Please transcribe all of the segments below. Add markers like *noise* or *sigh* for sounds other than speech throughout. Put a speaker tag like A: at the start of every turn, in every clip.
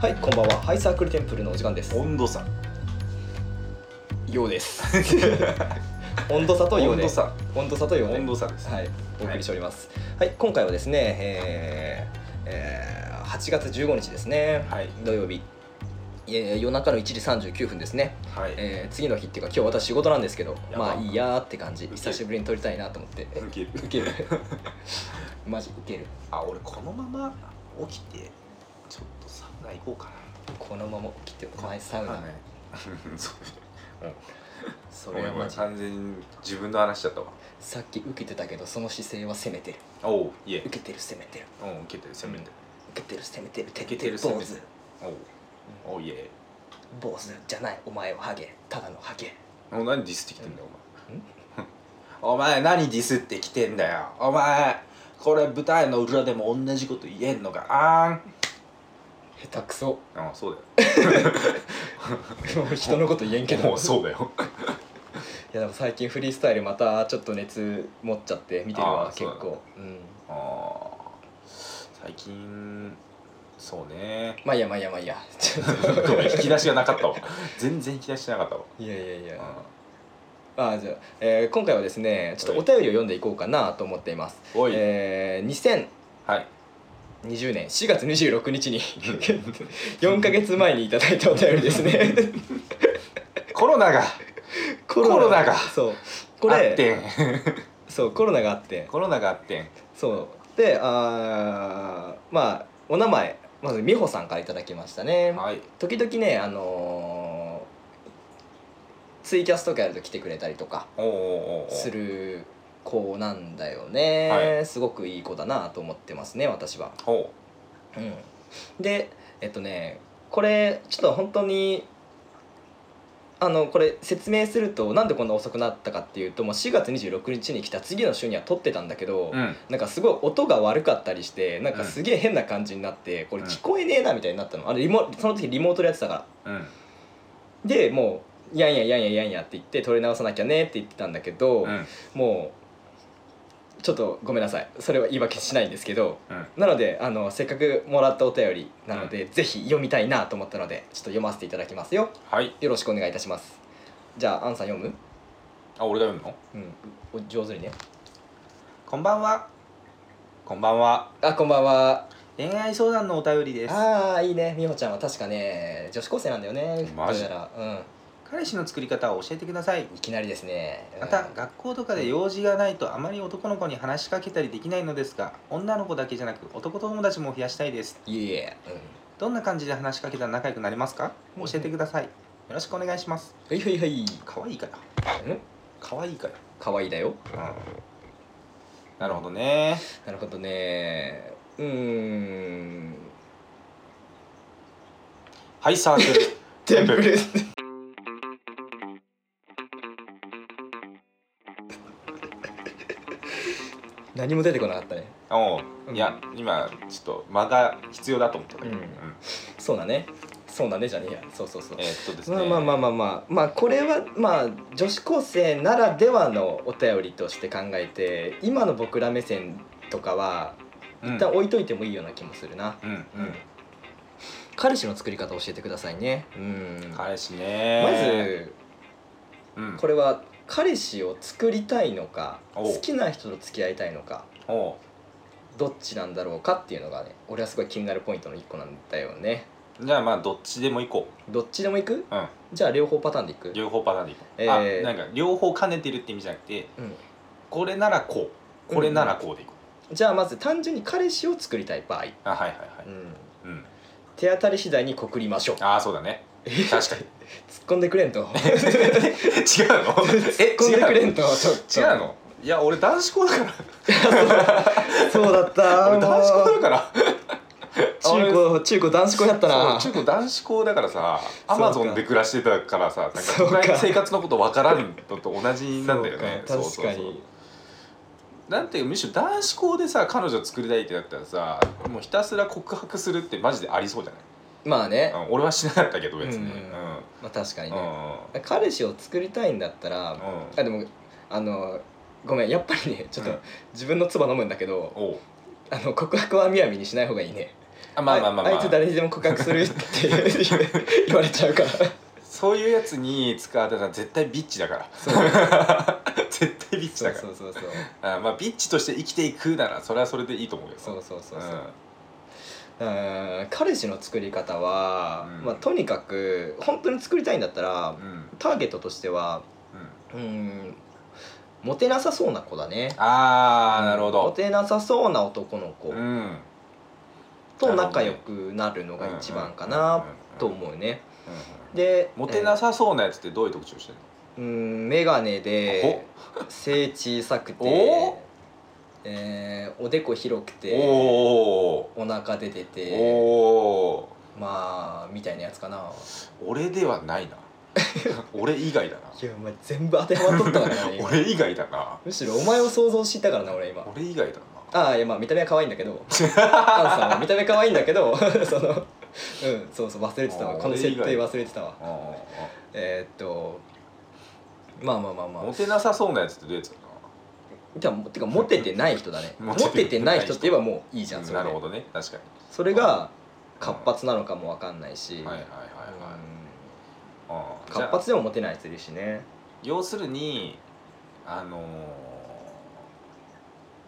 A: はい、こんばんは。ハイサークルテンプルのお時間です。
B: 温度 *laughs* 差
A: ようです。温度差とよう
B: 温
A: で
B: 度差
A: 温度差とようで
B: 温度差です、
A: はい、お送りしております。はい、今回はですね、えーえー8月15日ですね、
B: はい
A: 土曜日、えー夜中の1時39分ですね、
B: はい
A: えー次の日っていうか、今日私仕事なんですけど、
B: や
A: ま
B: ば
A: あいいやーって感じ、
B: ウケる
A: 久しぶりに撮りたいなと思って、
B: ウケる
A: ウケ
B: *laughs*
A: る。マジウケる。
B: あ俺このまま起きてちょっとサウナ行こうか
A: このまま起きて、お前サウ
B: な
A: ナ、
B: *laughs* そう
A: そ
B: ご
A: れ
B: め
A: は
B: んごめ
A: マ
B: ん
A: ジ、
B: 完全に自分の話しちゃったわ
A: さっき受けてたけど、その姿勢は攻めてる。
B: おういえ
A: 受けてる、攻めてる。
B: うん受けてる攻めて
A: 受けてる攻めてる徹
B: 受けてる
A: 底坊
B: 攻めて
A: 主
B: るおうおういえ
A: 坊主じゃないお前はハゲただのハゲ
B: お何ディスってきてんだよ *laughs* お前お前何ディスってきてんだよお前これ舞台の裏でも同じこと言えんのかあん
A: 下手くそ
B: あそうだよ
A: 人のこと言えんけど
B: もう *laughs* そうだよ
A: いやでも最近フリースタイルまたちょっと熱持っちゃって見てるわ
B: あー
A: 結構う、ん、
B: あー最近そうね
A: まあいいやまあいいやまあいいや *laughs* ちょっ
B: ごめん引き出しがなか *laughs* ったわ全然引き出してなかったわ、
A: といやいやいや、
B: う
A: あーじゃあ、えー今回はですねちょっとお便りを読んでいこうかなと思っています、
B: ん、おい、
A: えー、
B: はい
A: 2020年4月26日
B: *laughs*
A: に4ヶ月前にいただいたお便りです
B: *laughs*
A: ね *laughs*
B: コロナが
A: コ
B: ロナが
A: そうこ
B: これ
A: れ
B: あってん
A: そうコロナがあって
B: コロナがあってん
A: そうであーまあお名前まず美穂さんからいただきましたね、
B: はい
A: 時々ねあのーツイキャスとかやると来てくれたりとか
B: おうおうおうおう
A: する子なんだよね、
B: は
A: すごくいい子だなと思ってますね私は、
B: おう
A: うん、でえっとねこれちょっと本当にあのこれ説明するとなんでこんな遅くなったかっていうともう4月26日に来た次の週には撮ってたんだけど、
B: うん
A: なんかすごい音が悪かったりしてなんかすげえ変な感じになって、これ聞こえねえなみたいになったのあれリモその時リモートでやってたから
B: うん
A: でもうやんやんやんやんやんやって言って取り直さなきゃねって言ってたんだけど、
B: うん
A: もうちょっとごめんなさいそれは言い訳しないんですけど
B: うん
A: なのであのせっかくもらったお便りなので、ぜひ読みたいなと思ったのでちょっと読ませていただきますよ
B: はい
A: よろしくお願いいたしますじゃあアンさん読む
B: あ俺が読むの
A: うんお上手にね
B: こんばんはこんばんは
A: あこんばんは
B: 恋愛相談のお便りです
A: ああいいね美穂ちゃんは確かね女子高生なんだよね
B: マジ
A: どうやら、うん、
B: 彼氏の作り方を教えてください
A: いきなりですね、うん
B: また学校とかで用事がないとあまり男の子に話しかけたりできないのですが女の子だけじゃなく男友達も増やしたいです
A: いえいえ
B: どんな感じで話しかけたら仲良くなりますか
A: うん
B: 教えてくださいよろしくお願いします
A: うんはいはいはい
B: 可愛いか
A: う
B: ら
A: ん
B: 可愛いから
A: 可愛いだよ
B: なるほどね
A: なるほどねうーん
B: はいサークル
A: *laughs*
B: テンプル
A: 何も出てこなかったね
B: おういや今ちょっと間が必要だと思った
A: うんそうだねそうだねじゃねえやそうそうそう
B: えーっとです
A: まあ
B: ね
A: まあまあまあまあまあこれはまあ女子高生ならではのお便りとして考えて今の僕ら目線とかは
B: うん
A: 一旦置いといてもいいような気もするな、
B: うんうん
A: 彼氏の作り方教えてくださいねうん
B: 彼氏ね
A: まず
B: うん
A: これは彼氏を作りたいのか
B: おう
A: 好きな人と付き合いたいのか
B: おう
A: どっちなんだろうかっていうのがね俺はすごい気になるポイントの一個なんだよね
B: じゃあまあどっちでも行こ
A: どっちでもいく
B: ううん
A: じゃあ両方パターンでいく
B: 両方パターンでいこう、
A: えー
B: あなんか両方兼ねてるって意味じゃなくて
A: うん
B: これならこうこれならこうでいこ
A: じゃあまず単純に彼氏を作りたい場合、
B: う、あはいはいはい
A: うん、
B: うん
A: 手当たり次第に告りましょう
B: ああそうだね確かに
A: 突っ込んでくれん
B: *laughs*
A: と
B: 違うの
A: *laughs*
B: え
A: 突っ込んでくれ
B: 違うん
A: とちょっと
B: の違うのいや俺男子校だから
A: そうだった
B: 俺男子校だから
A: もう中高
B: 校
A: 中高男子校やったな
B: 中高男子校だからさ
A: か
B: アマゾンで暮らしてたからさなんか
A: そうか
B: 都会の生活のこと分からんのと同じなんだよね
A: そうか確かに
B: なんていうかむしろ男子校でさ彼女作りたいってなったらさもうひたすら告白するってマジでありそうじゃない
A: まあね、
B: うん俺はしなかったけど別に、
A: うん
B: う
A: まあ、確かに
B: んうん
A: ね、彼氏を作りたいんだったら、
B: う
A: あでもあのごめんやっぱりねちょっと、
B: うん
A: 自分の唾飲むんだけど
B: んおう
A: あの告白はみやみにしない方がいいね
B: あまあまあまあ
A: い
B: まあ
A: つ誰にでも告白するって
B: *laughs*
A: 言われちゃうから
B: そういうやつに使われたら絶対ビッチだから *laughs* 絶対ビッチ
A: そう
B: だか
A: そ
B: ら
A: うそうそう
B: あまあビッチとして生きていくならそれはそれでいいと思うよ
A: そうそうそうそう、
B: ん
A: うん彼氏の作り方は、
B: うん
A: まあ、とにかく本当に作りたいんだったら
B: うんうん
A: ターゲットとしてはうんモテなさそうな子だね
B: ああなるほ
A: モ
B: ど
A: テなさそうな男の子
B: うん
A: と仲良くなるのが一番かなと
B: う
A: 思うね
B: んうん
A: で
B: モテなさそうなやつってどういう特徴してるの
A: うん眼鏡で背小さくて
B: お、
A: えーおでこ広くて
B: お
A: お腹出て
B: ー
A: て
B: おー
A: まあみたいなやつかな
B: 俺では
A: *laughs*
B: ないな俺以外だない
A: やお前全部当てはまっとったからな今
B: 俺以外だな
A: むしろお前を想像していたからな俺今
B: 俺以外だな
A: ああいやまあ見た目は可愛いんだけ
B: *laughs*
A: どパンさんは見た目可愛いんだけどそのうんそうそう忘れてた
B: あ
A: わ
B: ー
A: この設定忘れてたわ
B: うんうんうん
A: えーっとまあまあまあま
B: モテなさそうなやつってどういうやつだ
A: あてかてかモテてない人だねモ
B: *laughs* モテてない人
A: テてない人って言えばもういいじゃんそれ
B: なな
A: で
B: るほどね確かに
A: それが活発なのかもわかんないし、
B: はいはいは
A: うん
B: いはいうん
A: 活
B: じゃあ
A: 発でもモテないやついるしね
B: 要するにあのー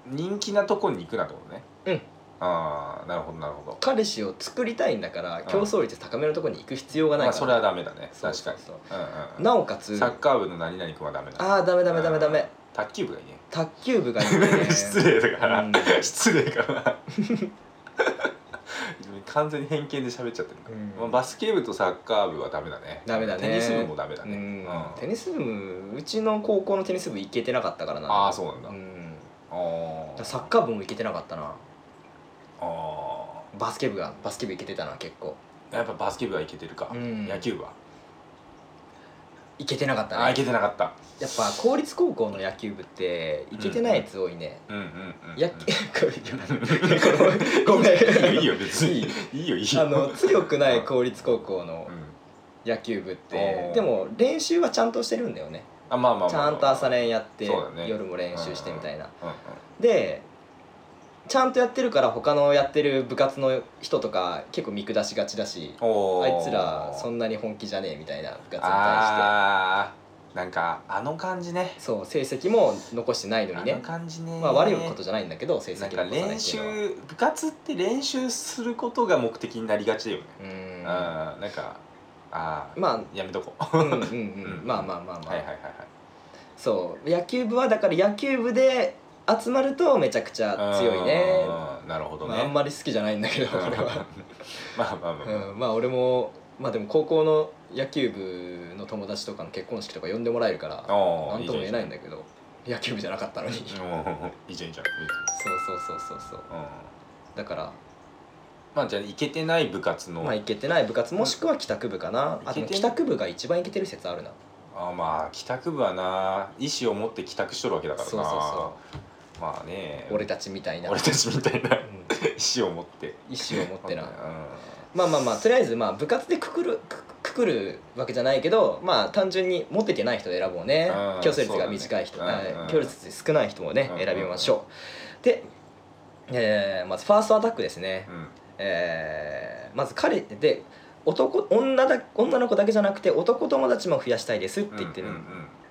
B: 人気なとこに行くなってことね
A: うん
B: ああなるほどなるほど
A: 彼氏を作りたいんだから競争率高めのところに行く必要がない
B: まあ
A: から、
B: それはダメだね
A: そう
B: 確
A: そ
B: か
A: う
B: に
A: そう
B: うんうんうん
A: なおかつ
B: サッカー部の何々君はダメだ
A: ああダメダメダメダメ
B: 卓球部がいいね
A: 卓球部がいいね
B: *laughs* 失礼だから、
A: うん
B: *laughs* 失礼
A: *laughs*
B: かな完全に偏見で喋っちゃってる、
A: うん
B: まあ、バスケ部とサッカー部はダメだね
A: ダメだね
B: テニス部もダメだ
A: う
B: ね、
A: ん
B: うん
A: テニス部うちの高校のテニス部行けてなかったからな
B: ああそうなんだ、
A: うん
B: あー
A: サッカー部も行けてなかったな
B: あ
A: バスケ部がバスケ部行けてたな結構
B: ーやっぱバスケ部はいけてるか、
A: うん
B: 野球部は
A: 行けてなかった
B: あーい
A: ね
B: けてなかった
A: やっぱ公立高校の野球部って行けてないやつ多いね、
B: うんうんうん
A: *laughs*
B: うん
A: 野球ごめん
B: いいよいいよ別にいいよいいよ
A: あの強くない公立高校の
B: うん
A: 野球部って
B: おー
A: でも練習はちゃんとしてるんだよね
B: あまあまあまあまあ
A: ちゃんと朝練やって、
B: そうだね
A: 夜も練習してみたいな、
B: うんうん
A: でちゃんとやってるから他のやってる部活の人とか結構見下しがちだし
B: お
A: あ
B: ー
A: いつらそんなに本気じゃねえみたいな部活に対して
B: あーなんかあの感じね
A: そう成績も残してないの
B: あ
A: に
B: の
A: ね
B: 感じね
A: まあ悪いことじゃないんだけど成
B: なん
A: 績
B: か
A: 残さないっ
B: 練
A: てい
B: 習
A: うのは
B: 部活って練習することが目的になりがちだよね、
A: う
B: うんん、なんかああ、
A: ま
B: やめとこう
A: あうんうんう
B: うん
A: んまあまあまあまあ、
B: はいはいはいはい
A: そう野球部はだから野球部で集まるとめちゃくちゃ強いね
B: うんなるほどね、
A: まあ、あんまり好きじゃないんだけど
B: うん
A: 俺は、
B: まあまあまあまあ、
A: うん、まあ俺もまあでも高校の野球部の友達とかの結婚式とか呼んでもらえるから
B: おー
A: 何とも言えないん
B: だ
A: だけど野球部じゃなかったのにそうそう
B: いいじゃんいいじゃんいい
A: そ
B: じ
A: うそうそう
B: ゃんうん
A: だから
B: まあじゃあいけてない部活の、
A: まあ行けてない部活もしくは帰宅部かなあでも
B: 行けて
A: 帰宅部が一番行けてる説あるな
B: あまあ帰宅部はな意思を持って帰宅しとるわけだからな
A: そうそうそ
B: まあね
A: 俺たちみたいな
B: 俺たちみたいな意思を持って
A: 意思を持ってな
B: う
A: まあまあまあとりあえずまあ部活でくくるくくくるわけじゃないけどまあ単純にモテてない人を選ぼうね
B: うん
A: 競争率が短い人、
B: そうだね
A: あ
B: うん
A: 競争率少ない人をね
B: うん
A: 選びましょうで、えーまずファーストアタックですね、
B: んうん
A: えーまず彼で男女だ女の子だけじゃなくて男友達も増やしたいですって言ってる、
B: うん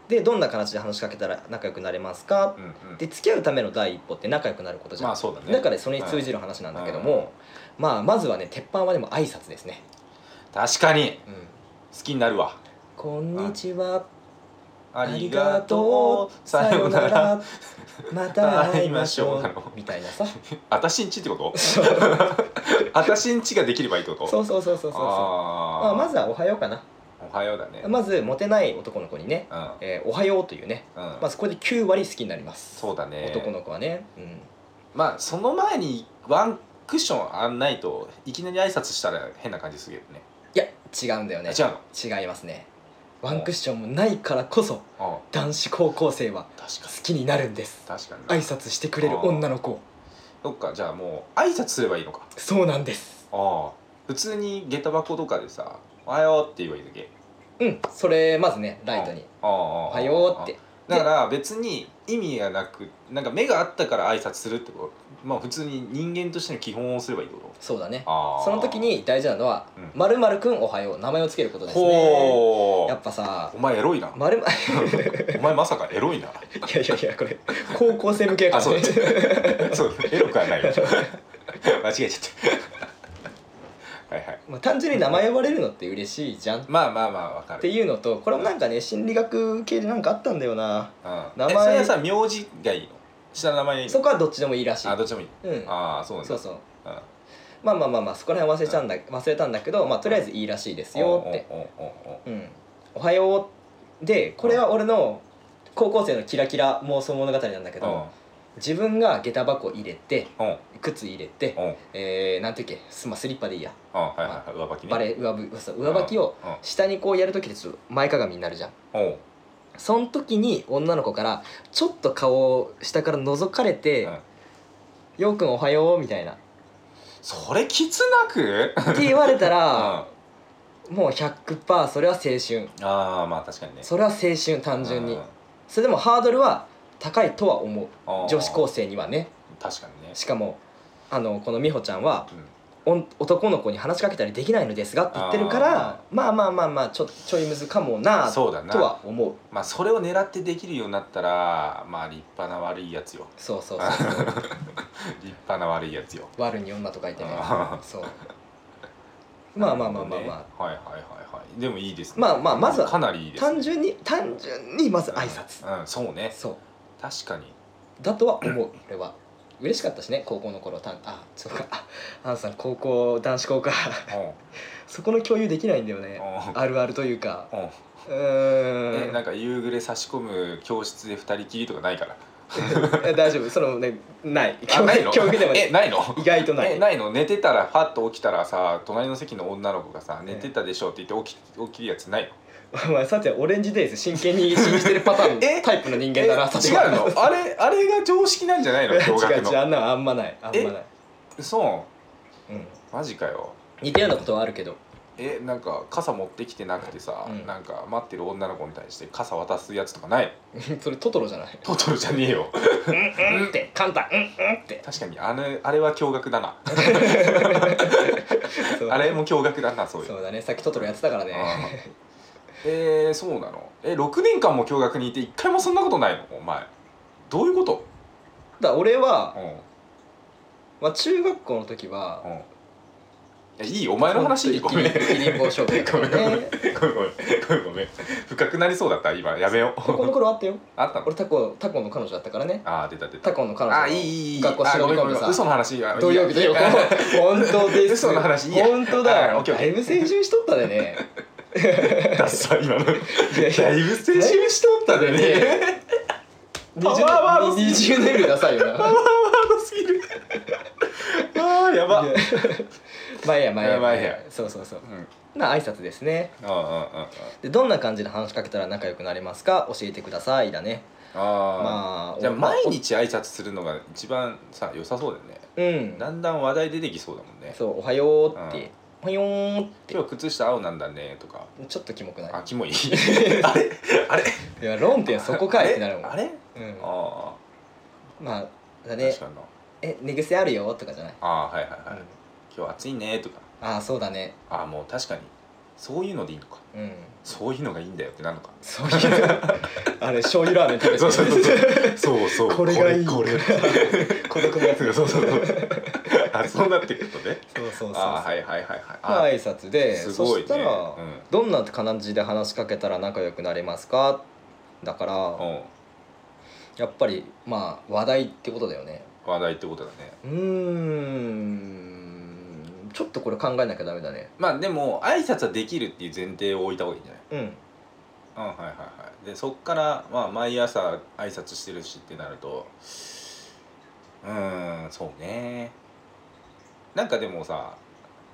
A: でどんな形で話しかけたら仲良くなれますか
B: うんうんうんうん
A: で付き合うための第一歩って仲良くなることじゃん、
B: まあそうだね
A: だからそれに通じる話なんだけども、まあまずはね鉄板はでも挨拶ですね、
B: 確かに
A: うん
B: 好きになるわ
A: こんにちは。
B: ありがとうさようなら。
A: また会いましょ
B: 会いましょ
A: う
B: う。
A: みたいな *laughs* さ。
B: あたしんちってこと
A: そう
B: あたしんちができればいいってこと
A: そううそうそうそうそう。
B: あー、
A: まあまずはおはようかな。
B: おはようだね
A: まずモテない男の子にね、
B: うん
A: えーおはようというね。
B: うん
A: まずこれで9割好きになります。
B: そうだね
A: 男の子はね。うん。
B: まあその前にワンクッションあんないといきなり挨拶したら変な感じするけどね
A: いや違うんだよね。
B: あ違う
A: 違いますね。ワンクッションもないからこそ
B: の
A: 男子高校生は
B: うん確
A: 好
B: か
A: きになるんです。
B: に確か
A: 挨
B: に
A: 拶してくれる女の子。
B: そっかじゃあもう挨拶すればいいのか
A: そうなんです。
B: ああ普通に下駄箱とかでさ「おはよう」って言えばいいだけ
A: うん。それまずねライトに。
B: ああ
A: お
B: お
A: はようって。
B: だから別に意味がなくなんか目があったから挨拶するってこまあ普通に人間としての基本をすればいいってこ
A: そうだね
B: とあー
A: その時に大事なのは
B: うん
A: 「まるまるくんおはよう」名前をつけることですね
B: ほう
A: やっぱさ
B: お前エ
A: *laughs*
B: ロいな
A: まるまい
B: お前まさかエロいな *laughs*
A: やいやいやこれ高校生向けやから
B: あ
A: ね
B: そう *laughs* そうエロくはないよ *laughs* 間違えちゃった *laughs* はいはい
A: まあ単純に名前呼ばれるのって嬉しいじゃんっ
B: まあまあまあわか
A: て
B: る、
A: いうのとこれもなんかね心理学系でなんかあったんだよな
B: うん、
A: 名前
B: えそれはさ名字がいいの下の名前がいいの
A: そこはどっちでもいいらしい
B: あどっちでもいい、
A: うん
B: ああそうなんだ
A: そうそう
B: うん
A: まあまあまあまあそこら辺忘れちゃうんだ忘れたんだけどまあとりあえずいいらしいですよって
B: おんおんおんおん
A: うんおはようでこれは俺の高校生のキラキラ妄想物語なんだけ
B: うん
A: ど自分が下駄箱入れて
B: うん
A: 靴入れて
B: うんうん
A: えーなんていうっけすまあスリッパでいいや
B: はいはいはい上履きね
A: バレ上履きそう上履きを
B: うん
A: 下にこうやる時ってちょっと前かがみになるじゃん
B: おう
A: その時に女の子からちょっと顔を下から覗かれて
B: うん
A: 「ようくんおはよう」みたいなっ
B: それきつなく
A: て言われた
B: うん
A: ら
B: *laughs* あ
A: もう100%それは青春
B: あまあ確かにね
A: それは青春単純
B: う
A: に
B: ん
A: それでもハードルは高いとは思う
B: あー
A: 女子高生にはね
B: 確かにね
A: しかもあのこの美穂ちゃんは
B: うん
A: おん男の子に話しかけたりできないのですがって言ってるから
B: あ
A: まあまあまあまあちょちょいむずかもなと
B: そうだな
A: は思う
B: まあそれを狙ってできるようになったらまあ立派な悪いやつよ
A: そうそうそうそう
B: 立派な悪いやつよ
A: 悪に女と書いてね
B: あ
A: そうまあまあまあまあまあ、
B: あはいはいはいはいでもいいですね
A: まあまあまずは
B: かなりいいですね
A: 単純に単純にまず挨拶
B: うんうんそうね
A: そう
B: 確かに
A: だとは
B: *clears throat*
A: 思う俺は嬉しかったしね高校の頃たんあそうかあアンさん高校男子校か *laughs*
B: うん
A: そこの共有できないんだよね
B: うん
A: あるあるというか
B: うん
A: うー
B: え
A: ん
B: なんか夕暮れ差し込む教室で二人きりとかないから
A: え大丈夫そのねない
B: あない
A: *laughs*
B: の
A: 教育でも
B: えないの
A: 意外と *laughs* ない
B: えないの寝てたらパッと起きたらさ隣の席の女の子がさ「寝てたでしょ」って言って起き起きるやつないの
A: *laughs* お前さてはオレンジデイズ真剣に信じてるパターン
B: *laughs* え
A: タイプの人間
B: え違う
A: だなさては *laughs*
B: のあれあれが常識なんじゃないの驚
A: 違
B: 愕
A: う違うあ
B: の
A: んなのあんまないあんまない、
B: そう
A: うん、
B: マジかよ
A: 似たようなことはある
B: *laughs*
A: けど
B: えなんか傘持ってきてなくてさ、
A: うん
B: なんか待ってる女の子に対して傘渡すやつとかない
A: うんそれトトロじゃない
B: トトロじゃねえ
A: *laughs*
B: よ
A: うんうんって簡単うんうんって
B: 確かにあれあれは驚愕だな
A: *laughs* そう
B: あれも驚愕だなそういう
A: そうだねさっきトトロやってたからね
B: うん *laughs* えー、そうなのえ6年間も驚愕にいて一回もそんなことないのお前どういうこと
A: だから俺は
B: う、ん
A: まあ、中学校の時は
B: うんいやいいよお前の話にごめん
A: 一気に一気に棒勝負だった
B: *laughs* ごめ
A: よ
B: んごめんごめん
A: ね
B: ごめんごめん深くなりそうだった今やめよ
A: 高校の
B: う
A: 頃あったよ
B: *laughs* あったの
A: 俺タコタコの彼女だったからね
B: あー出た出た
A: タコの彼女
B: あ
A: の
B: ーいいいいいい
A: 学校
B: あ
A: 忍
B: ご
A: び
B: めん
A: 込
B: ご
A: ん
B: めん
A: でさ
B: 嘘の話あいいや
A: 土曜日土曜日本当です
B: 嘘の話いいや
A: 本当だ
B: は
A: よ
B: い
A: だいぶ青春しとったでね
B: *laughs* ダッサい今のだいぶ
A: いやいや
B: 青春しとったでねパワーワー
A: 20
B: ド
A: 年20年ぐらいダサいよな
B: すぎる *laughs* あーやば
A: い
B: うん
A: や前や前や
B: 前や
A: そうそうそう
B: うん
A: な挨拶ですね
B: うんうんうん
A: でどんな感じで話しかけたら仲良くなれますか教えてくださいだね
B: あ
A: まあ
B: あじゃあ
A: お
B: 毎日挨拶するのが一番さ良さそうだよね
A: うん
B: だんだん話題出てきそうだもんね
A: そうおはようっ
B: う
A: て
B: ん
A: おはようって
B: 今日靴下青なんだねとか
A: ちょっとキモくない
B: あ
A: *laughs*
B: キモいあれあれ
A: いや論点そこかいってなるもん
B: あれあれ
A: うん
B: あ
A: まあだ
B: あ
A: ね
B: 確かにな
A: え寝癖あるよとかじゃない
B: ああーはいはいはい
A: うん
B: 今日暑いねとか
A: ああそうだね
B: ああもう確かにそういうのでいいのか
A: うん
B: そういうのがいいんだよってなるのか
A: そういう
B: *laughs*
A: あれ醤油ラーメン食べて
B: そうそうそう
A: う
B: *laughs* そうそう
A: これがいい
B: これこ
A: 孤独なやつ
B: れそうそうそうあそうなってくるとね
A: そうそうそう
B: あー
A: は
B: はいいはいはいはいあ
A: 挨拶で、
B: す
A: そ
B: ごい
A: し
B: ね
A: たら、
B: うん
A: どんな感じで話しかけたら仲良くなれますかだから、
B: うん
A: やっぱりまあ話題ってことだよね
B: 話題ってことだね
A: うーんちょっとこれ考えなきゃダメだね
B: まあでも挨拶はできるっていう前提を置いた方がいいんじゃない
A: うん
B: うんはいはいはいでそっからまあ毎朝挨拶してるしってなるとうーんそうねなんかでもさ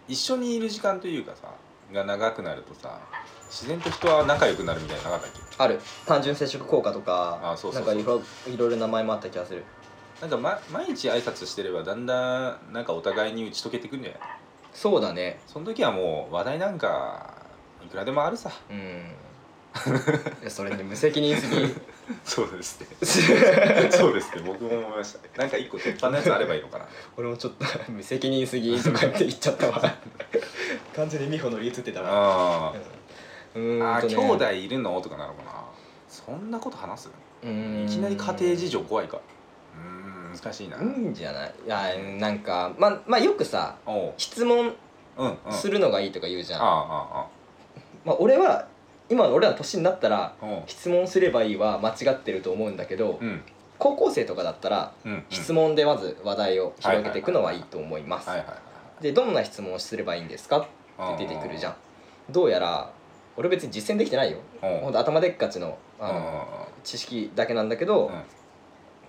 B: 一緒にいる時間というかさが長くなるとさ自然と人は仲良くなるみたいなのなかったっ
A: ある単純接触効果とか
B: あそう
A: な
B: そ
A: ん
B: う
A: か
B: そう
A: いろいろいろ名前もあった気がする
B: けなんか、ま、毎日挨拶してればだんだんなんかお互いに打ち解けてくんじゃない
A: そうだね
B: *laughs* その時はもう話題なんかいくらでもあるさ
A: うんいやそれね無責任すぎ
B: そうです
A: *laughs*
B: ねそうですね僕も思いましたねなんか一個鉄板のやつあればいいのかな
A: 俺もちょっと *laughs* 無責任すぎとかって言っちゃったわ
B: *laughs*
A: 完全に美穂の理由つってたわ
B: あ
A: う
B: ー
A: ーん
B: あー
A: とね
B: 兄弟いるのとかなのかなそんなこと話す
A: うーん
B: いきなり家庭事情怖いかうーん難しいない
A: いんじゃないいやなんかまあまあよくさ
B: おう
A: 質問
B: うんうん
A: するのがいいとか言うじゃ
B: あ
A: ん、
B: あ
A: まあ、俺は今俺らの年になったら
B: ああお
A: 質問すればいいは間違ってると思うんだけど、
B: うんうん
A: 高校生とかだったら
B: うん
A: 質問でまず話題を広げていくのはいいと思います
B: はいはいはい
A: でどんな質問をすればいいんですか
B: はい
A: って出てくるじゃんどうやら俺別に実践できてないよ
B: うん
A: ほんと頭でっかちの
B: うん
A: あ
B: うんう
A: の
B: ん
A: 知識だけなんだけど、
B: うん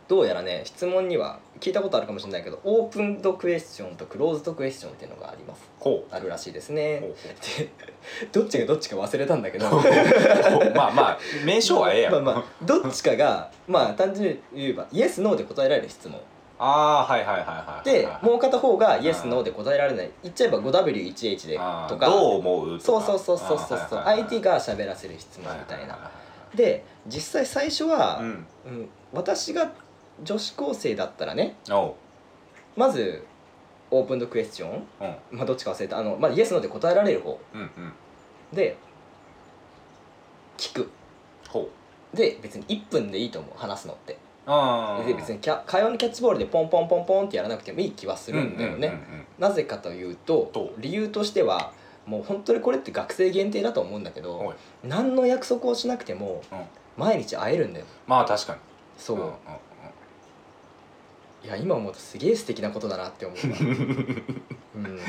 A: どうやらね質問には聞いたことあるかもしれないけどオープンドクエスチョンとクローズドクエスチョンっていうのがあります
B: こう
A: あるらしいですね *laughs*
B: ほう
A: でどっちがどっちか忘れたんだけ
B: *laughs*
A: ど
B: ほうまあまあ名称はええやん
A: まあまあどっちかがまあ単純に言えばイエスノーで答えられる質問
B: ああーはいはいはいはいはい
A: で
B: はい
A: もう片方がイエスノーで答えられない言っちゃえば 5W1H で
B: あー
A: とか
B: どう思う
A: そうそうそうそうそうそう相手
B: が
A: が喋らせる質問みたいなで実際最初は、
B: うん
A: うん、私が女子高生だったらね
B: おう
A: まずオープンドクエスチョン、
B: うん
A: まあ、どっちか忘れたあの、まあ、イエスノーで答えられる方
B: うんうん
A: で聞く
B: ほう
A: で別に1分でいいと思う話すのって
B: あー
A: で別にキャ会話のキャッチボールでポンポンポンポンってやらなくてもいい気はするんだよね、
B: うんうんうんうん
A: なぜかというと
B: と
A: 理由としてはもう本当にこれって学生限定だと思うんだけ
B: おい
A: ど何の約束をしなくても
B: うん
A: 毎日会えるんだよ
B: まあ確かに
A: そう、
B: うんうん
A: いや今思うとすげえ素敵なことだなって思
B: *laughs*
A: うわ、うん、
B: うん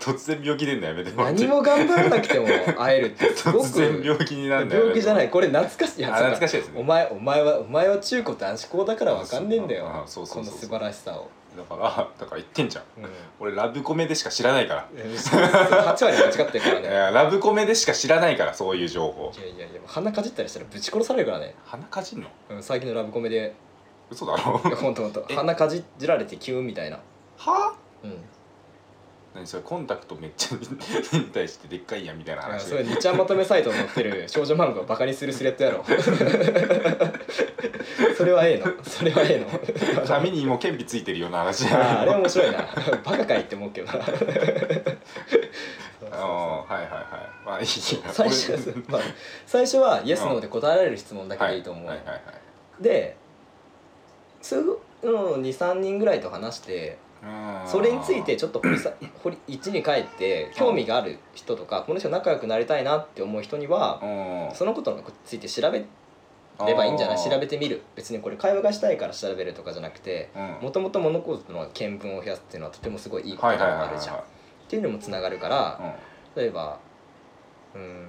B: 突然病気出んのやめてもらって
A: 何も頑張らなくても会えるってすご
B: 突
A: く
B: 然病気になるのやめて
A: 病気じゃないこれ懐かしい
B: あ
A: や
B: 懐
A: し
B: か
A: い
B: しいです
A: お
B: ね
A: 前お前はお前は中古男子校だからわかんねえんだ
B: あ
A: よ
B: そうそ
A: こ
B: う
A: の
B: そう
A: 素晴らしさを、
B: だからだから言ってんじゃん
A: うん、
B: 俺ラブコメでしか知らないか
A: 8割間違ってるから
B: *laughs* らい
A: ね
B: やラブコメでしか知らないからそういう情報
A: いやいやいや鼻かじったりしたらぶち殺されるからね、
B: 鼻かじんの
A: うん、最近のラブコメ
B: *laughs*
A: で
B: 嘘だろ
A: いやほんとほんと
B: え
A: 鼻かじられてキュンみたいな
B: *laughs* は
A: うん
B: 何それコンタクトめっちゃ *laughs* 変態してでっかいやんみたいな
A: あ
B: 話
A: それ2ちゃんまとめサイトに載って
B: *laughs*
A: る少女漫画をバカにするスレッドやろ *laughs* それはええのそれはえ
B: *laughs*
A: えの
B: 髪にも剣火ついてるような話じゃ
A: ああ
B: ない
A: れ面白いなバカかいって思うけどなそうそうそう
B: *laughs* あーはいはいはいまあいいや
A: 最初は
B: 俺
A: そう、まあ、最初はイエス・ノーで答えられる質問だけでいいと思う、
B: はいはいはいはい
A: でそういうのを23人ぐらいと話して
B: うん
A: それについてちょっと掘りさ掘り1に帰って興味がある人とかこの人仲良くなりたいなって思う人には
B: うん
A: そのことについて調べればいいんじゃない
B: あー
A: 調べてみる別にこれ会話がしたいから調べるとかじゃなくて
B: うん
A: もともと物事の見聞を増やすっていうのはとてもすごいいいこと
B: はい
A: で
B: は
A: も
B: いはい
A: あ
B: はい
A: るじゃんっていうのもつながるから例えばうーん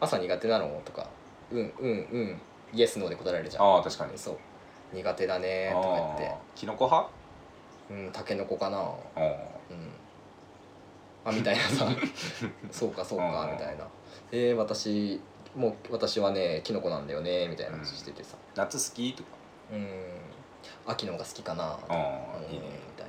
A: 朝苦手なのとかうんうんうんイエスノーで答えられるじゃん
B: うんああ確かに
A: そう苦手だねとか言っ
B: あーキノコ派
A: てうんタケノコかなうん
B: う
A: あみたいな
B: *laughs*
A: さそうかそうか
B: うん
A: みたいなえー私もう私はねキノコなんだよねみたいな話
B: うん
A: しててさ
B: ん夏好きとか
A: うん秋の方が好きかな
B: あ
A: うん
B: ーいい
A: み
B: ね
A: たい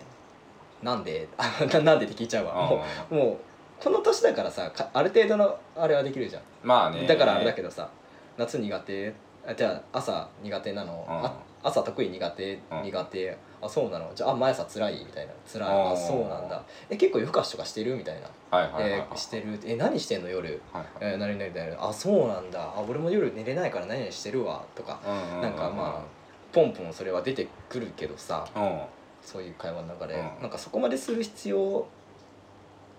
A: ななんで *laughs* ななんでって聞いちゃうわもう
B: あ
A: もうこの年だからさかある程度のあれはできるじゃん、
B: ーまあね
A: だからあれだけどさ夏苦手あじゃあ朝苦手なの、あ朝得意苦手
B: うん
A: 苦手あそうなのじゃああ毎朝辛いみたいな辛い
B: あ
A: あ
B: ー
A: そうなんだえ結構夜更かしとかしてるみたいな、
B: はいはいはいはい
A: えーしてるえ何してんの夜、
B: はいはい
A: えー、何々だよあそうなんだあ俺も夜寝れないから何々してるわとか
B: うんうう
A: なんかまポンポンそれは出てくるけどさ
B: あうん
A: そういう会話の中で、
B: うん
A: なんかそこまでする必要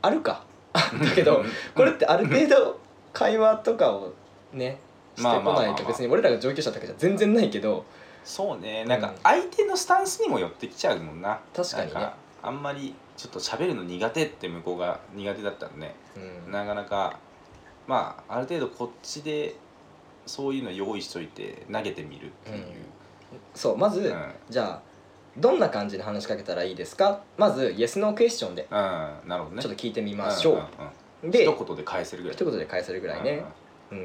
A: あるか *laughs* だけど
B: *laughs*
A: これってある程度会話とかをねして
B: まあ
A: こ
B: まあまあま
A: な
B: あ
A: いと別に俺らが上級者だけじゃ全然ないけど
B: そうねなん
A: う
B: か
A: ん
B: 相手のスタンスにも寄ってきちゃうもんな
A: 確かにね
B: なんあんまりちょっと喋るの苦手って向こうが苦手だったらね
A: うん
B: なかなかまあある程度こっちでそういうの用意しといて投げてみるっていう、
A: そうまず、
B: うんうん
A: じゃあどんな感じで話しかけたらいいですかまずイエスノークエスチョンで
B: なるほどね
A: ちょっと
B: 聞き
A: 聞いてみましょう、で
B: 一言で返せるぐらい
A: 一言で返せるぐらいね、うん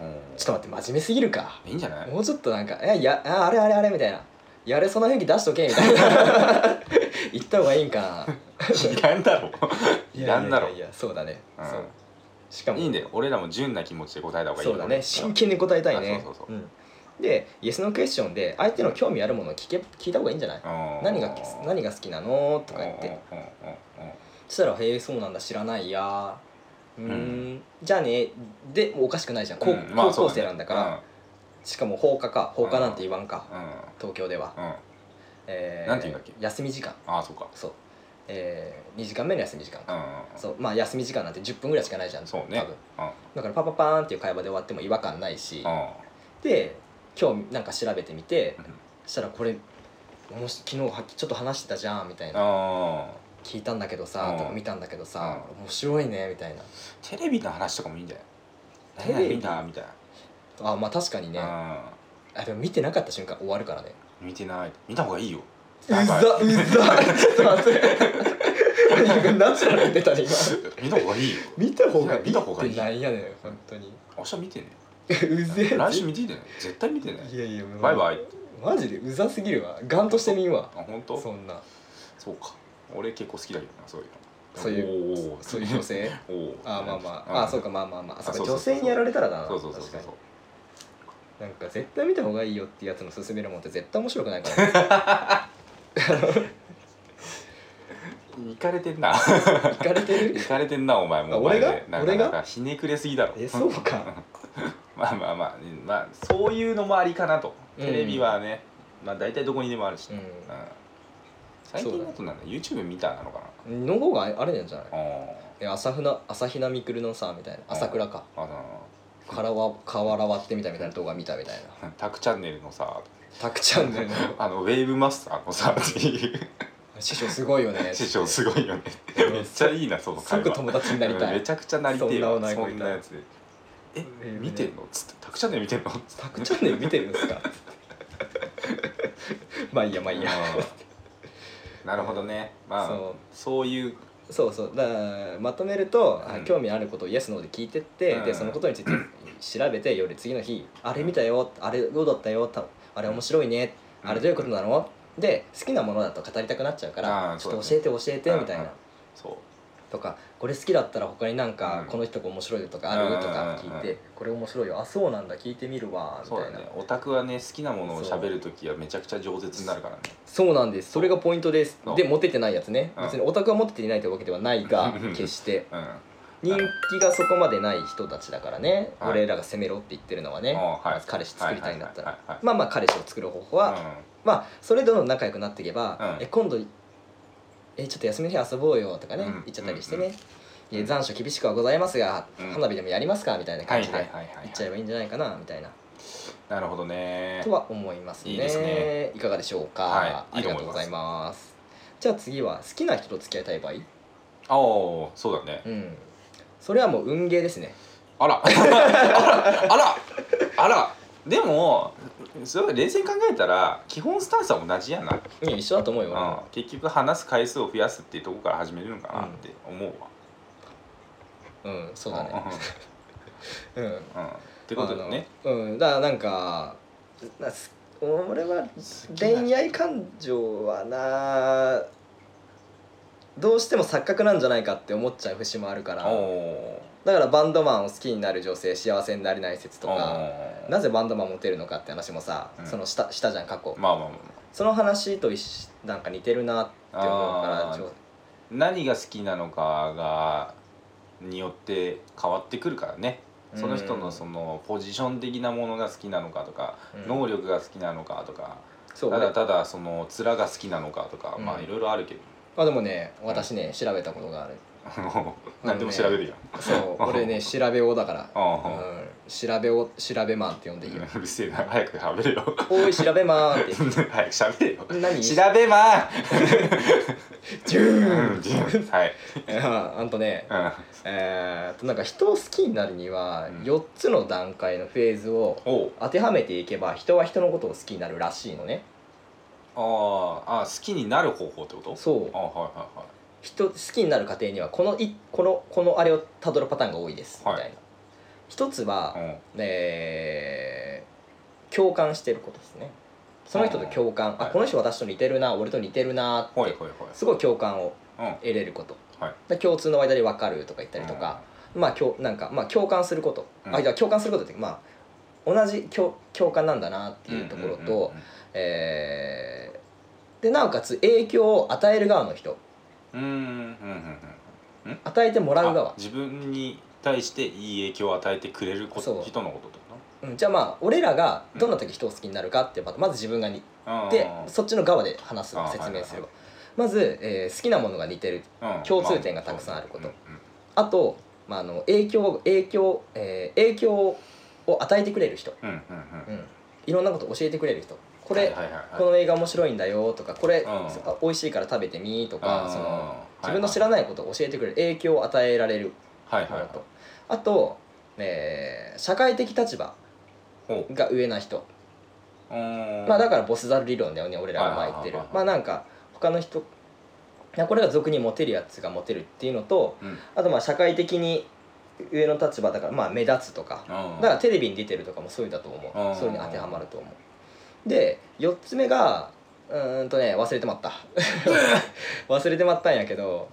B: うんうん
A: ちょっと待って真面目すぎるか
B: いいんじゃない
A: もうちょっとなんか「えいやああれあれあれ」みたいな「やれその雰囲気出しとけ」みたいな
B: *laughs*
A: 言 *laughs* った方がいいんかない
B: らんだろいらんだろ
A: いやいやいやそうだね、
B: うん
A: そうしかも
B: いいんだよ俺らも純な気持ちで答えた方がいい
A: そうだね真剣に答えたいね
B: あそうそう
A: う
B: そ
A: んでイエスのクエスチョンで相手の興味あるものを聞け聞いた方がいいんじゃない何
B: 何
A: が何が好きなのとか言ってそしたら「へえそうなんだ知らないや」うーん、
B: うん
A: じゃあねでもうおかしくないじゃん高,、高校生なんだから、しかも放課か放課なんて言わんか、
B: うんうん
A: 東京では、
B: うん
A: えー
B: なんて言うんだっけ
A: 休み時間
B: ああそうか
A: そう、え2時間目の休み時間
B: う
A: か、
B: んうんうん
A: そうまあ休み時間なんて10分ぐらいしかないじゃん
B: そうね
A: 多分
B: うん
A: だからパパパーンっていう会話で終わっても違和感ないし、
B: うん
A: で今日なんか調べてみて
B: うん
A: そしたらこれもし昨日はちょっと話してたじゃんみたいな
B: あー
A: 聞いたんだけどさ
B: うん
A: とか見たんだけどさ面白いねみたいな
B: テレビの話とかもいいんじゃない
A: テレビ
B: 何々見たみ
A: あまあ確かに
B: たい
A: ねあ
B: な、うん
A: でも見てなかった瞬間終わるからね
B: 見てない見た方がいいよ
A: うざうざちょっと待
B: *laughs*
A: ってナチュラルに出たね
B: 見た方がいいよ
A: 今見た方がいい
B: 見た方がいい
A: ってなんやねん本当に
B: 明日
A: *laughs*
B: 見てね
A: うぜえ
B: 来週見てね絶対見てね
A: いやいやもう
B: バイバイって
A: マジでうざすぎるわガンとしてみんわ
B: あ本当
A: そんな
B: そうか俺結構好きだけどなそういうの
A: そういう
B: おー
A: そういう女性
B: おー
A: あまあ
B: *laughs*
A: まあ、
B: ん
A: あそうかまあまあまああそう
B: そ
A: か
B: うそう
A: 女
B: そう
A: 性にやられたらだな
B: そうそうそうそう
A: 確かになんか絶対見た方がいいよってやつの勧めるもんって絶対面白くないから、ね、
B: 行かれてんな
A: 行かれて
B: *laughs*
A: る
B: 行かれてんなお前も
A: あ
B: うお前で
A: 俺が
B: なんか
A: 俺が
B: なんかひねくれすぎだろ
A: えそうか
B: まあまあまあ、うんまあ、そういうのもありかなと
A: うん
B: テレビはね、まあ大体どこにでもあるし、
A: う
B: うんん最近だとなんだ YouTube 見たなのか
A: の方があれなんじゃない
B: なあ
A: え朝比奈朝比奈みくるのさみたいな朝倉か
B: あの
A: からわ瓦割ってみたみたいな動画見たみたいな
B: タクチャンネルのさ
A: たくちゃん
B: *laughs*
A: だよね
B: あのウェーブマスター
A: *laughs*
B: のさっていう
A: 師匠すごいよね
B: 師匠すごいよね
A: うん
B: めっちゃいいなその会
A: 即
B: 話
A: 友達になりた
B: め
A: い
B: ちゃくちゃなりてえ
A: そ
B: わ
A: んな女の
B: そ
A: 子いた
B: んなやつでえ
A: え
B: 見てんのっつってタクチャンネル見てんのっつって
A: たくちゃんね
B: *laughs*
A: 見てるんですかまあいいやまあいいや
B: うんなるほどねまあ
A: そう
B: そういう
A: そうそうだからまとめると、あ
B: うん
A: 興味あることをイエスノーで聞いてって、
B: うん
A: でそのことについて調べて夜次の日「あれ見たよあれどうだったよたあれ面白いね、
B: うん
A: あれどういうことなの?」で好きなものだと語りたくなっちゃうから「
B: あー
A: ちょっと
B: そ
A: 教
B: う
A: えて教えて」みたい
B: うん
A: な
B: そう
A: とか「これ好きだったら他になん
B: う
A: か
B: ん
A: この人が面白いとかある?」とか聞い
B: うんうんうんう
A: て「これ面白いよあそうなんだ聞いてみるわ」み
B: そう
A: た
B: だ
A: いな
B: ねオタクはね好きなものを喋るときはめちゃくちゃ饒舌になるからね
A: そうなんですそれがポイントです
B: そう
A: でモテてないやつね
B: うん
A: 別にオタクはモテていないというわけではないが決して
B: うんあ
A: 人気がそこまでない人たちだからね、
B: はい
A: 俺らが攻めろって言ってるのはね、
B: はい
A: まず彼氏作りたいんだったら、
B: はいはいはい
A: まあまあ彼氏を作る方法は、
B: はい
A: まあそれでどんどん仲良くなっていけば、
B: うん
A: え今度えちょっと休みの日遊ぼうよとかね、
B: うん
A: 言っちゃったりしてね、
B: うん
A: いや残暑厳しくはございますが、
B: うん
A: 花火でもやりますかみたいな
B: は
A: 感
B: い
A: じ
B: はい
A: で
B: はいは
A: 言っちゃえ
B: い
A: ばいいんじゃないかなみたいな、
B: なるほどね
A: とは思いますね
B: いいですね
A: いかがでしょうか、
B: はい
A: あ
B: い
A: り
B: いと
A: がと
B: 思いうます
A: ございますじゃあ次は好きな人と付き合いたい場合
B: ああそうだね
A: うんそれはもう運ゲーですね *laughs*
B: あらあらあらあらでもそれ冷静に考えたら基本スタンスは同じやな、
A: いや一緒だと思うよ、俺も
B: うん、結局話す回数を増やすっていうところから始めるのかなって思うわ、
A: うんそううだねうんっ
B: んうん、ってことでね
A: うんだからなんかなす俺は
B: 好きな人
A: 恋愛感情はなどうしても錯覚なんじゃないかって思っちゃう節もあるから
B: おお
A: だからバンドマンを好きになる女性幸せになれない説とか
B: おー
A: なぜバンドマンモテるのかって話もさ、
B: うん
A: そのしたしたじゃん過去
B: まあまあまあまあ
A: その話と一緒なんか似てるなって思うから
B: あー
A: ちょ
B: 何が好きなのかがによって変わってくるからねその人
A: う
B: の
A: ん
B: そのポジション的なものが好きなのかとか、
A: うん
B: 能力が好きなのかとか
A: そう
B: ただただその面が好きなのかとか、
A: うん
B: まあいろいろあるけど
A: あでもね私ね調べたことがある
B: 何でも調べるやん、
A: そう俺ね調べ王だから
B: あ
A: うん調べを調べマンって呼んでいいよ。
B: うるせえな早く喋れよ
A: *laughs* おい調べマンって。
B: 早く喋れよ
A: 何？
B: 調べま
A: ジューン。
B: ーんはい、
A: ああんとね、
B: うん、
A: えーっとなんか人を好きになるには
B: うん
A: 4つの段階のフェーズを
B: おう
A: 当てはめていけば人は人のことを好きになるらしいのね。
B: あーあ好きになる方法ってこと
A: そう
B: あ。はい
A: 人好きになる過程にはこのいこのこのあれをたどるパターンが多いですみ
B: はい
A: たいな。一つは
B: はい、はい
A: えー共感してることですね。その人と共感、あ
B: はい
A: この人私と似てるな、俺と似てるな
B: うん、
A: っ
B: はい
A: て
B: はいはい
A: すごい共感を
B: うん
A: 得れること
B: はい
A: だから共通の間で分かるとか言ったりとか、まあ共なんかまあ共感すること、
B: うん
A: あいや共感することっていうかまあ同じ共共感なんだなっていうところと、
B: うんうんうんうん
A: えーでなおかつ影響を与える側の人
B: うんうんうんうんん
A: 与えてもらう
B: あ
A: 側、
B: 自分に対していい影響を与えてくれるこ
A: そう
B: 人のことってこ
A: うん、じゃあまあ俺らがどんな時人を好きになるかっていうパターンまず自分がに
B: とな
A: でそっちの側で話す
B: あー
A: 説明すれば
B: は
A: まず、えー好きなものが似てる共通点がたくさんあることあと、まあ、あの影響影響、えー影響を与えてくれる人、
B: うんうんうんうん
A: うん、いろんなこと教えてくれる人これ、
B: はいはいはいはい
A: この映画面白いんだよとかこれ、
B: ん
A: あ美味しいから食べてみと
B: う
A: か
B: ん
A: その
B: うん
A: 自分の知らないことを教えてくれる影響を与えられる
B: はい
A: も
B: はい
A: の
B: はい
A: とあと、えー社会的立場
B: ほう
A: が上な人、
B: うん
A: まあ、だからボスザル理論だよね俺らが前言ってる
B: はいはいはいはい
A: まあなんか他の人いやこれが俗にモテるやつがモテるっていうのと
B: うん
A: あとまあ社会的に上の立場だからまあ目立つとか
B: うん
A: だからテレビに出てるとかもそういうだと思
B: う
A: うんそれに当てはまると思うで4つ目がうーんとね忘れて
B: *laughs*
A: まった忘れてまったんやけど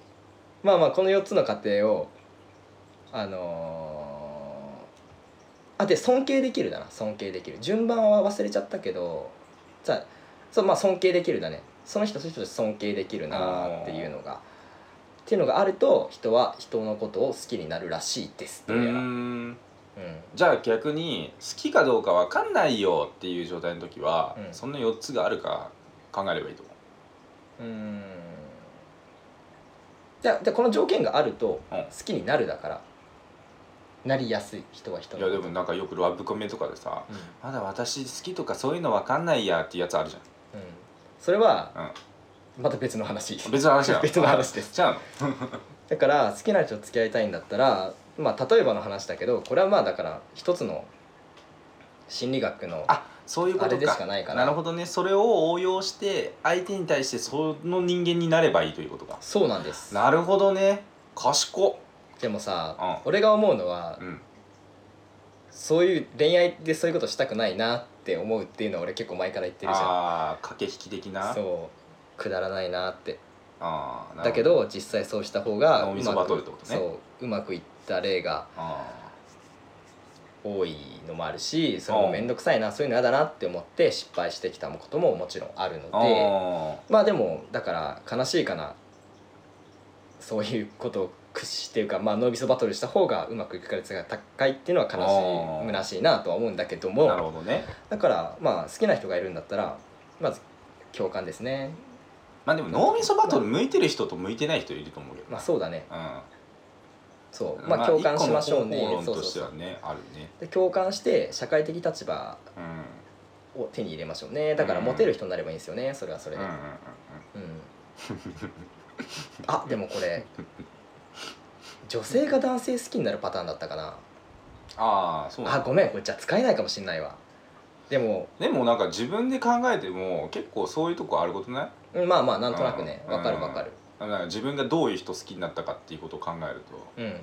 A: まあまあこの4つの過程をあのーあで尊敬できるだな尊敬できる順番は忘れちゃったけどじゃあそうまあ尊敬できるだねその人その人として尊敬できるなーっていうのがっていうのがあると人は人のことを好きになるらしいです
B: う
A: どうやら
B: ん
A: うん
B: じゃあ逆に好きかどうかわかんないよっていう状態の時は、
A: うん
B: そんな4つがあるか考えればいいと思
A: うーんじゃあでこの条件があると
B: うん
A: 好きになるだから、なりやすい人は人
B: うい
A: の
B: や
A: こと
B: でもなんかよくラブコメとかでさ
A: うん
B: 「まだ私好きとかそういうのわかんないや」っていうやつあるじゃ
A: うんそれは、また別の話
B: ん別の話だ
A: *laughs* 別の話です
B: じゃあ
A: だから好きな人と付き合いたいんだったらまあ例えばの話だけどこれはまあだから一つの心理学の
B: あそういうことか
A: あれでしかないかな
B: るほどねそれを応用して相手に対してその人間になればいいということか
A: そうなんです
B: なるほどね賢っ
A: でもさ、
B: うん
A: 俺が思うのは、
B: うん
A: そういう恋愛でそういうことしたくないなって思うっていうのは俺結構前から言ってるじゃん
B: ああ駆け引き的な
A: そうくだらないなって
B: あーなるほ
A: だけど実際そうした方が
B: 脳みそう
A: まく
B: バトルってことね
A: そううまくいった例が
B: あ
A: 多いのもあるしそれも面倒くさいなそういうのやだなって思って失敗してきたことももちろんあるの
B: ーあ
A: で
B: ー
A: まあでもだから悲しいかなそういうことを駆使していうか、まあ、脳みそバトルした方がうまくいく確率が高いっていうのは悲しい
B: あー
A: 虚しいなとは思うんだけど
B: なる
A: も
B: ほどね
A: だからまあ好きな人がいるんだったらまず共感ですね
B: まあでも脳みそバトル向いてる人と向いてない人いると思うけど
A: まあそうだね
B: うん
A: そうまあ共感しましょう
B: 一個の
A: ね
B: 方
A: そ
B: 法
A: うそ
B: 論
A: う
B: として
A: そう
B: はねあるね
A: で共感して社会的立場
B: うんうん
A: を手に入れましょうねだから
B: うん
A: モテる人になればいいんですよねそれはそれ
B: うん
A: で
B: う
A: うんん、あでもこれ女性が男性好きになるパターンだったかな
B: ああそうなん
A: あ
B: だ
A: ごめんこれじゃあ使えないかもしんないわでも
B: でもなんか自分で考えても結構そういうとこあることない
A: うんまあまあなんとなくね
B: うん
A: わかるわかる
B: だから自分がどういう人好きになったかっていうことを考えると、
A: うん
B: うん、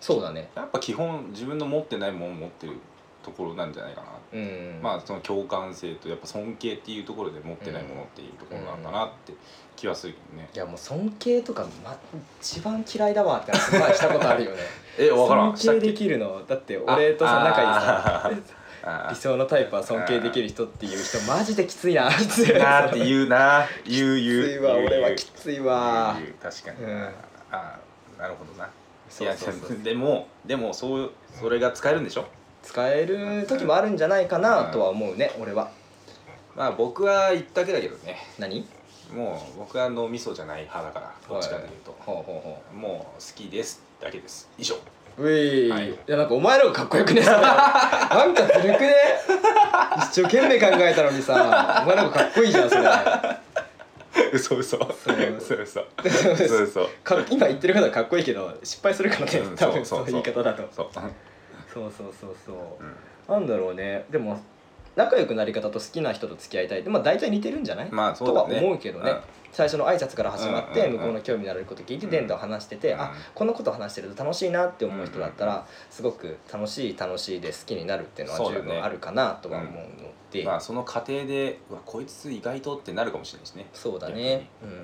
A: そうだね
B: やっぱ基本自分の持ってないものを持ってるところなんじゃないかな、
A: うん
B: まあその共感性とやっぱ尊敬っていうところで持ってないものっていうところなのかなって気はするけどね、
A: いやもう尊敬とか、ま、一番嫌いだわって話前したことあるよ
B: *laughs*
A: ね
B: え分からん
A: 尊敬できるのだって俺とさ
B: あ
A: 仲いいさ
B: あ
A: *laughs* 理想のタイプは尊敬できる人っていう人マジできついなきつ
B: ーなーって言うな言
A: *laughs*
B: う
A: き
B: 言う
A: ついわ
B: 言う
A: 俺は
B: 言う
A: きついわ
B: 言う言う確かに、
A: うん
B: ああなるほどな
A: そうそうそう
B: いやでもでもそうそれが使えるんでしょ
A: 使える時もあるんじゃないかなとは思うね俺は
B: まあ僕は言ったけだけどね
A: 何
B: もう僕は脳みそじゃない派だからどっちかというと、
A: ほうほうほ
B: もう好きですだけです
A: *laughs*
B: 以上
A: ううい、、
B: はいい
A: やなんかお前らがかっこよくね
B: *laughs*
A: えなんかずるくね一生懸命考えたのにさお前らがかっこいいじゃんそれか
B: 嘘嘘
A: う
B: 嘘嘘
A: そうです
B: 嘘嘘
A: 今言ってることはかっこいいけど失敗するからね
B: うん
A: 多分
B: そ
A: そ
B: うそうう
A: いう言い方だと
B: そう
A: そうそうそうそう
B: うん
A: なんだろうねでも仲良くなり方と好きな人と付き合いたいってまあ大体似てるんじゃない、
B: まあそうだね
A: とは思うけどね、
B: うん
A: 最初の挨拶から始まって、
B: うんうんうん
A: 向こうの興味のあること聞いて伝道話してて、
B: うん
A: あこのこと話してると楽しいなって思う人だったら、すごく楽しい楽しいで好きになるっていうのは
B: そうだ
A: 十
B: ね
A: 分あるかなとは思うので、
B: まあその過程でうわこいつ意外とってなるかもしれないしね
A: そうだね、う
B: うんん、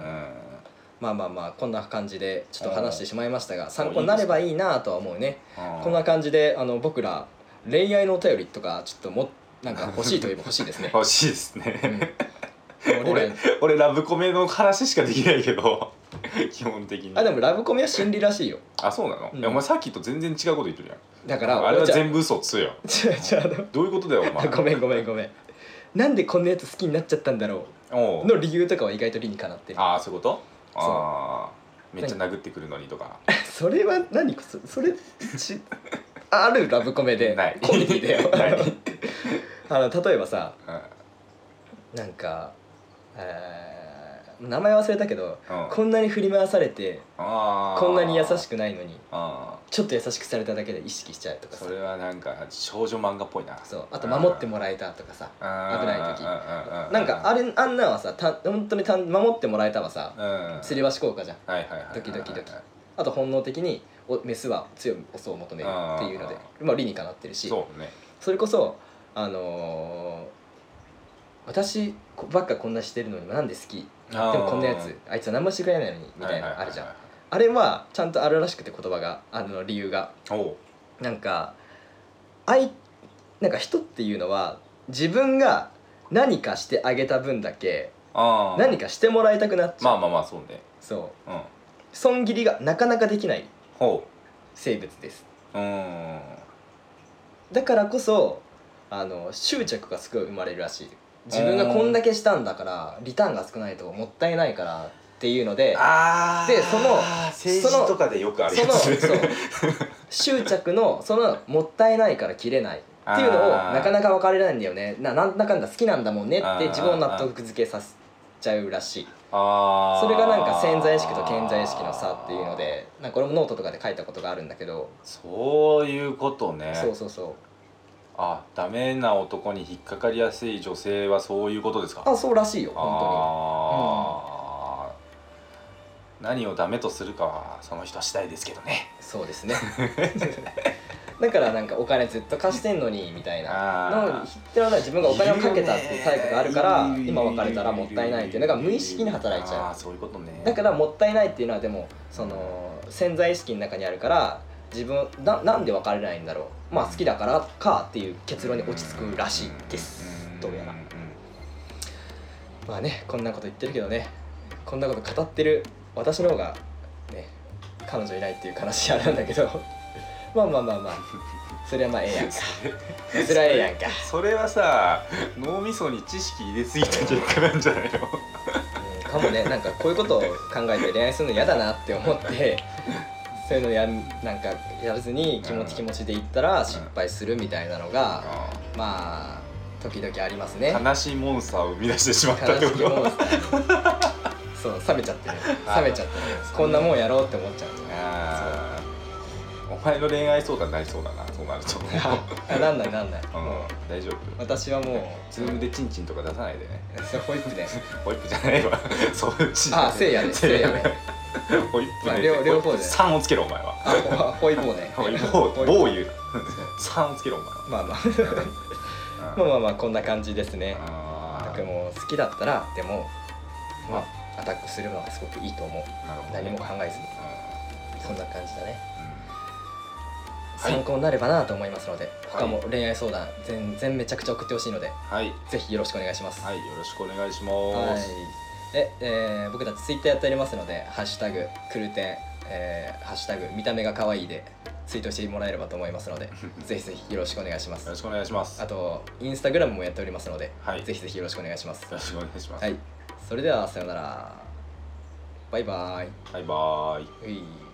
A: まあまあまあこんな感じでちょっと話してしまいましたが参
B: いい
A: 考に
B: ですね
A: なればいいなとは思うねこんな
B: 感。
A: 感じであの僕ら恋愛のお便りとかちょっともなんか欲しいといえば欲しいですね
B: *laughs* 欲しいです
A: う
B: ね、
A: ん俺
B: 俺
A: ら
B: 俺ラブコメの話しかできないけど *laughs* 基本的に
A: あでもラブコメは心理らしいよ
B: あそうなの、
A: うん
B: いやお前さっきと全然違うこと言ってるやん
A: だから
B: あれは
A: 俺じゃ
B: 全部嘘っつうよ
A: *laughs* 違う違うあの
B: どういうことだよお
A: *laughs*
B: 前
A: ごめんごめんごめんなんでこんなやつ好きになっちゃったんだろ
B: お
A: う
B: う
A: の理由とかは意外と理にかなってる
B: ああそういうこと
A: う
B: ああめっちゃ殴ってくるのにとか
A: *laughs* それは何そそれちあるラブコメで
B: ない
A: コメディだ
B: *laughs* ない
A: よ *laughs* あの例えばさ
B: う
A: なんか、えー名前忘れたけど
B: んうん
A: こんなに振り回されて
B: あー
A: こんなに優しくないのに
B: あ
A: ちょっと優しくされただけで意識しちゃうと
B: ー
A: かさ
B: それはなんか少女漫画っぽいな
A: そうあと守ってもらえたとかさ
B: 危な
A: ないい
B: 時
A: 時
B: な
A: なんかあれあんなんはさた本当にたん守ってもらえたはさ
B: うん
A: すり鉢効果じゃん
B: はいはいはいはい
A: ドキドキドキあと本能的におメスは強いオスを求めるっていうのでまあ理にかなってるし
B: そうね
A: それこそあのー私ばっかこんなしてるのになんで好き
B: で
A: でもこんなやつあいつは何もしてくれないのにみたいなあるじゃん
B: ん
A: あれはちゃんとあるらしくて言葉があの理由が
B: おう
A: なんか愛なんか人っていうのは自分が何かしてあげた分だけ
B: あー
A: 何かしてもらいたくなっちゃ
B: ま
A: う、
B: あまあまあそうね
A: そう
B: うん
A: 損切りがなかなかできない
B: ほ
A: 生物です
B: ううん
A: だからこそあの執着がすごい生まれるらしい自分がこんだけしたんだからリターンが少ないともったいないからっていうので
B: あー
A: でその
B: 政治とかでよくある
A: そ
B: や
A: の
B: つ
A: そう
B: *laughs*
A: 執着のそのもったいないから切れないっていうのを
B: あー
A: なかなか分かれないんだよねななんだかんだ好きなんだもんね
B: あ
A: っ
B: ー
A: て自分を納得付けさせちゃうらしい
B: あー
A: それがなんか潜在意識と健在意識の差っていうのでなんかこれもノートとかで書いたことがあるんだけど、
B: そういうことね
A: そうそうそう
B: あダメな男に引っかかりやすい女性はそういうことですか
A: あそうらしいよ本
B: あー何をダメとするかはその人次第ですけどね
A: 当にそうですね *laughs* だからなんかお金ずっと貸してんのにみたいなの
B: あー
A: っては自分がお金をかけたっていうタイプがあるから
B: いるよね
A: 今別れたらもったいないっていうのが無意識に働いち
B: あ
A: ゃ
B: ーそういうことね
A: うだからもったいないっていうのはでもその潜在意識の中にあるから自分ななんで別れないんだろうまあ好きだからかっていう結論に落ち着くらしいです
B: ん
A: どうやら
B: んん
A: まあねこんなこと言ってるけどねこんなこと語ってる私の方がね彼女いないっていう悲しいあれなんだけど *laughs* まあまあまあまあそれはまあええやんかそれはええやんか
B: それはさ脳みそに知識入れすぎた結果なんじゃないの
A: うんかもねなんかこういうことを考えて恋愛するの嫌だなって思ってそういうのやんなんかやらずに気持ち気持ちでいったら失敗するみたいなのが
B: あ
A: まあ時々ありますね
B: ー悲しいモンスターを生み出してしまった
A: 悲
B: っ
A: してい
B: こ *laughs*
A: モン
B: と
A: スターそう冷めちゃってる冷めちゃってるこんなもんやろうって思っちゃう
B: あーお前の恋愛相談になりそうだなそうなる
A: *laughs*
B: と
A: あなんないなんないもう
B: うん大丈夫
A: 私はもう
B: ズームでチンチンとか出さないでね。
A: そうホイップで
B: ホイップじゃない
A: *laughs*
B: わ。そういうチンチン。
A: あせいやねせいやね
B: ホイップ
A: まあ
B: ね。
A: 両両方で
B: 三をつけろお前は。
A: あホイボーね
B: ホイップ棒
A: *laughs* ホイ
B: 棒を言うな。三をつけろお前は。
A: まあまあま
B: う
A: あ
B: ん
A: まあまあこんな感じですね
B: あ
A: 僕
B: ー
A: も好きだったらでもまあアタックするのはすごくいいと思う
B: なるほどね。
A: 何も考えず
B: う
A: に
B: ん
A: そんな感じだね
B: うん
A: 参考になればなと思いますので
B: はい
A: 他も恋愛相談全然めちゃくちゃ送ってほしいので
B: はい
A: ぜひよろしくお願いします
B: はいよろしくお願いし
A: は
B: ま
A: い
B: す。
A: ええー僕たちツイッターやっておりますので「ハッシュタグクルテン」えーハッシュタグ見た目が可愛いでツイートしてもらえればと思いますの
B: *laughs*
A: でぜひぜひよろしくお願いしま
B: よろ
A: す
B: しくお願いします。
A: あ
B: よ
A: とインスタグラムもやっておりますので、
B: はい
A: ぜひぜひよろしくお願いします
B: ろしくお願いします
A: は。いそれではさようならバイバイ
B: バイバーイ。
A: うい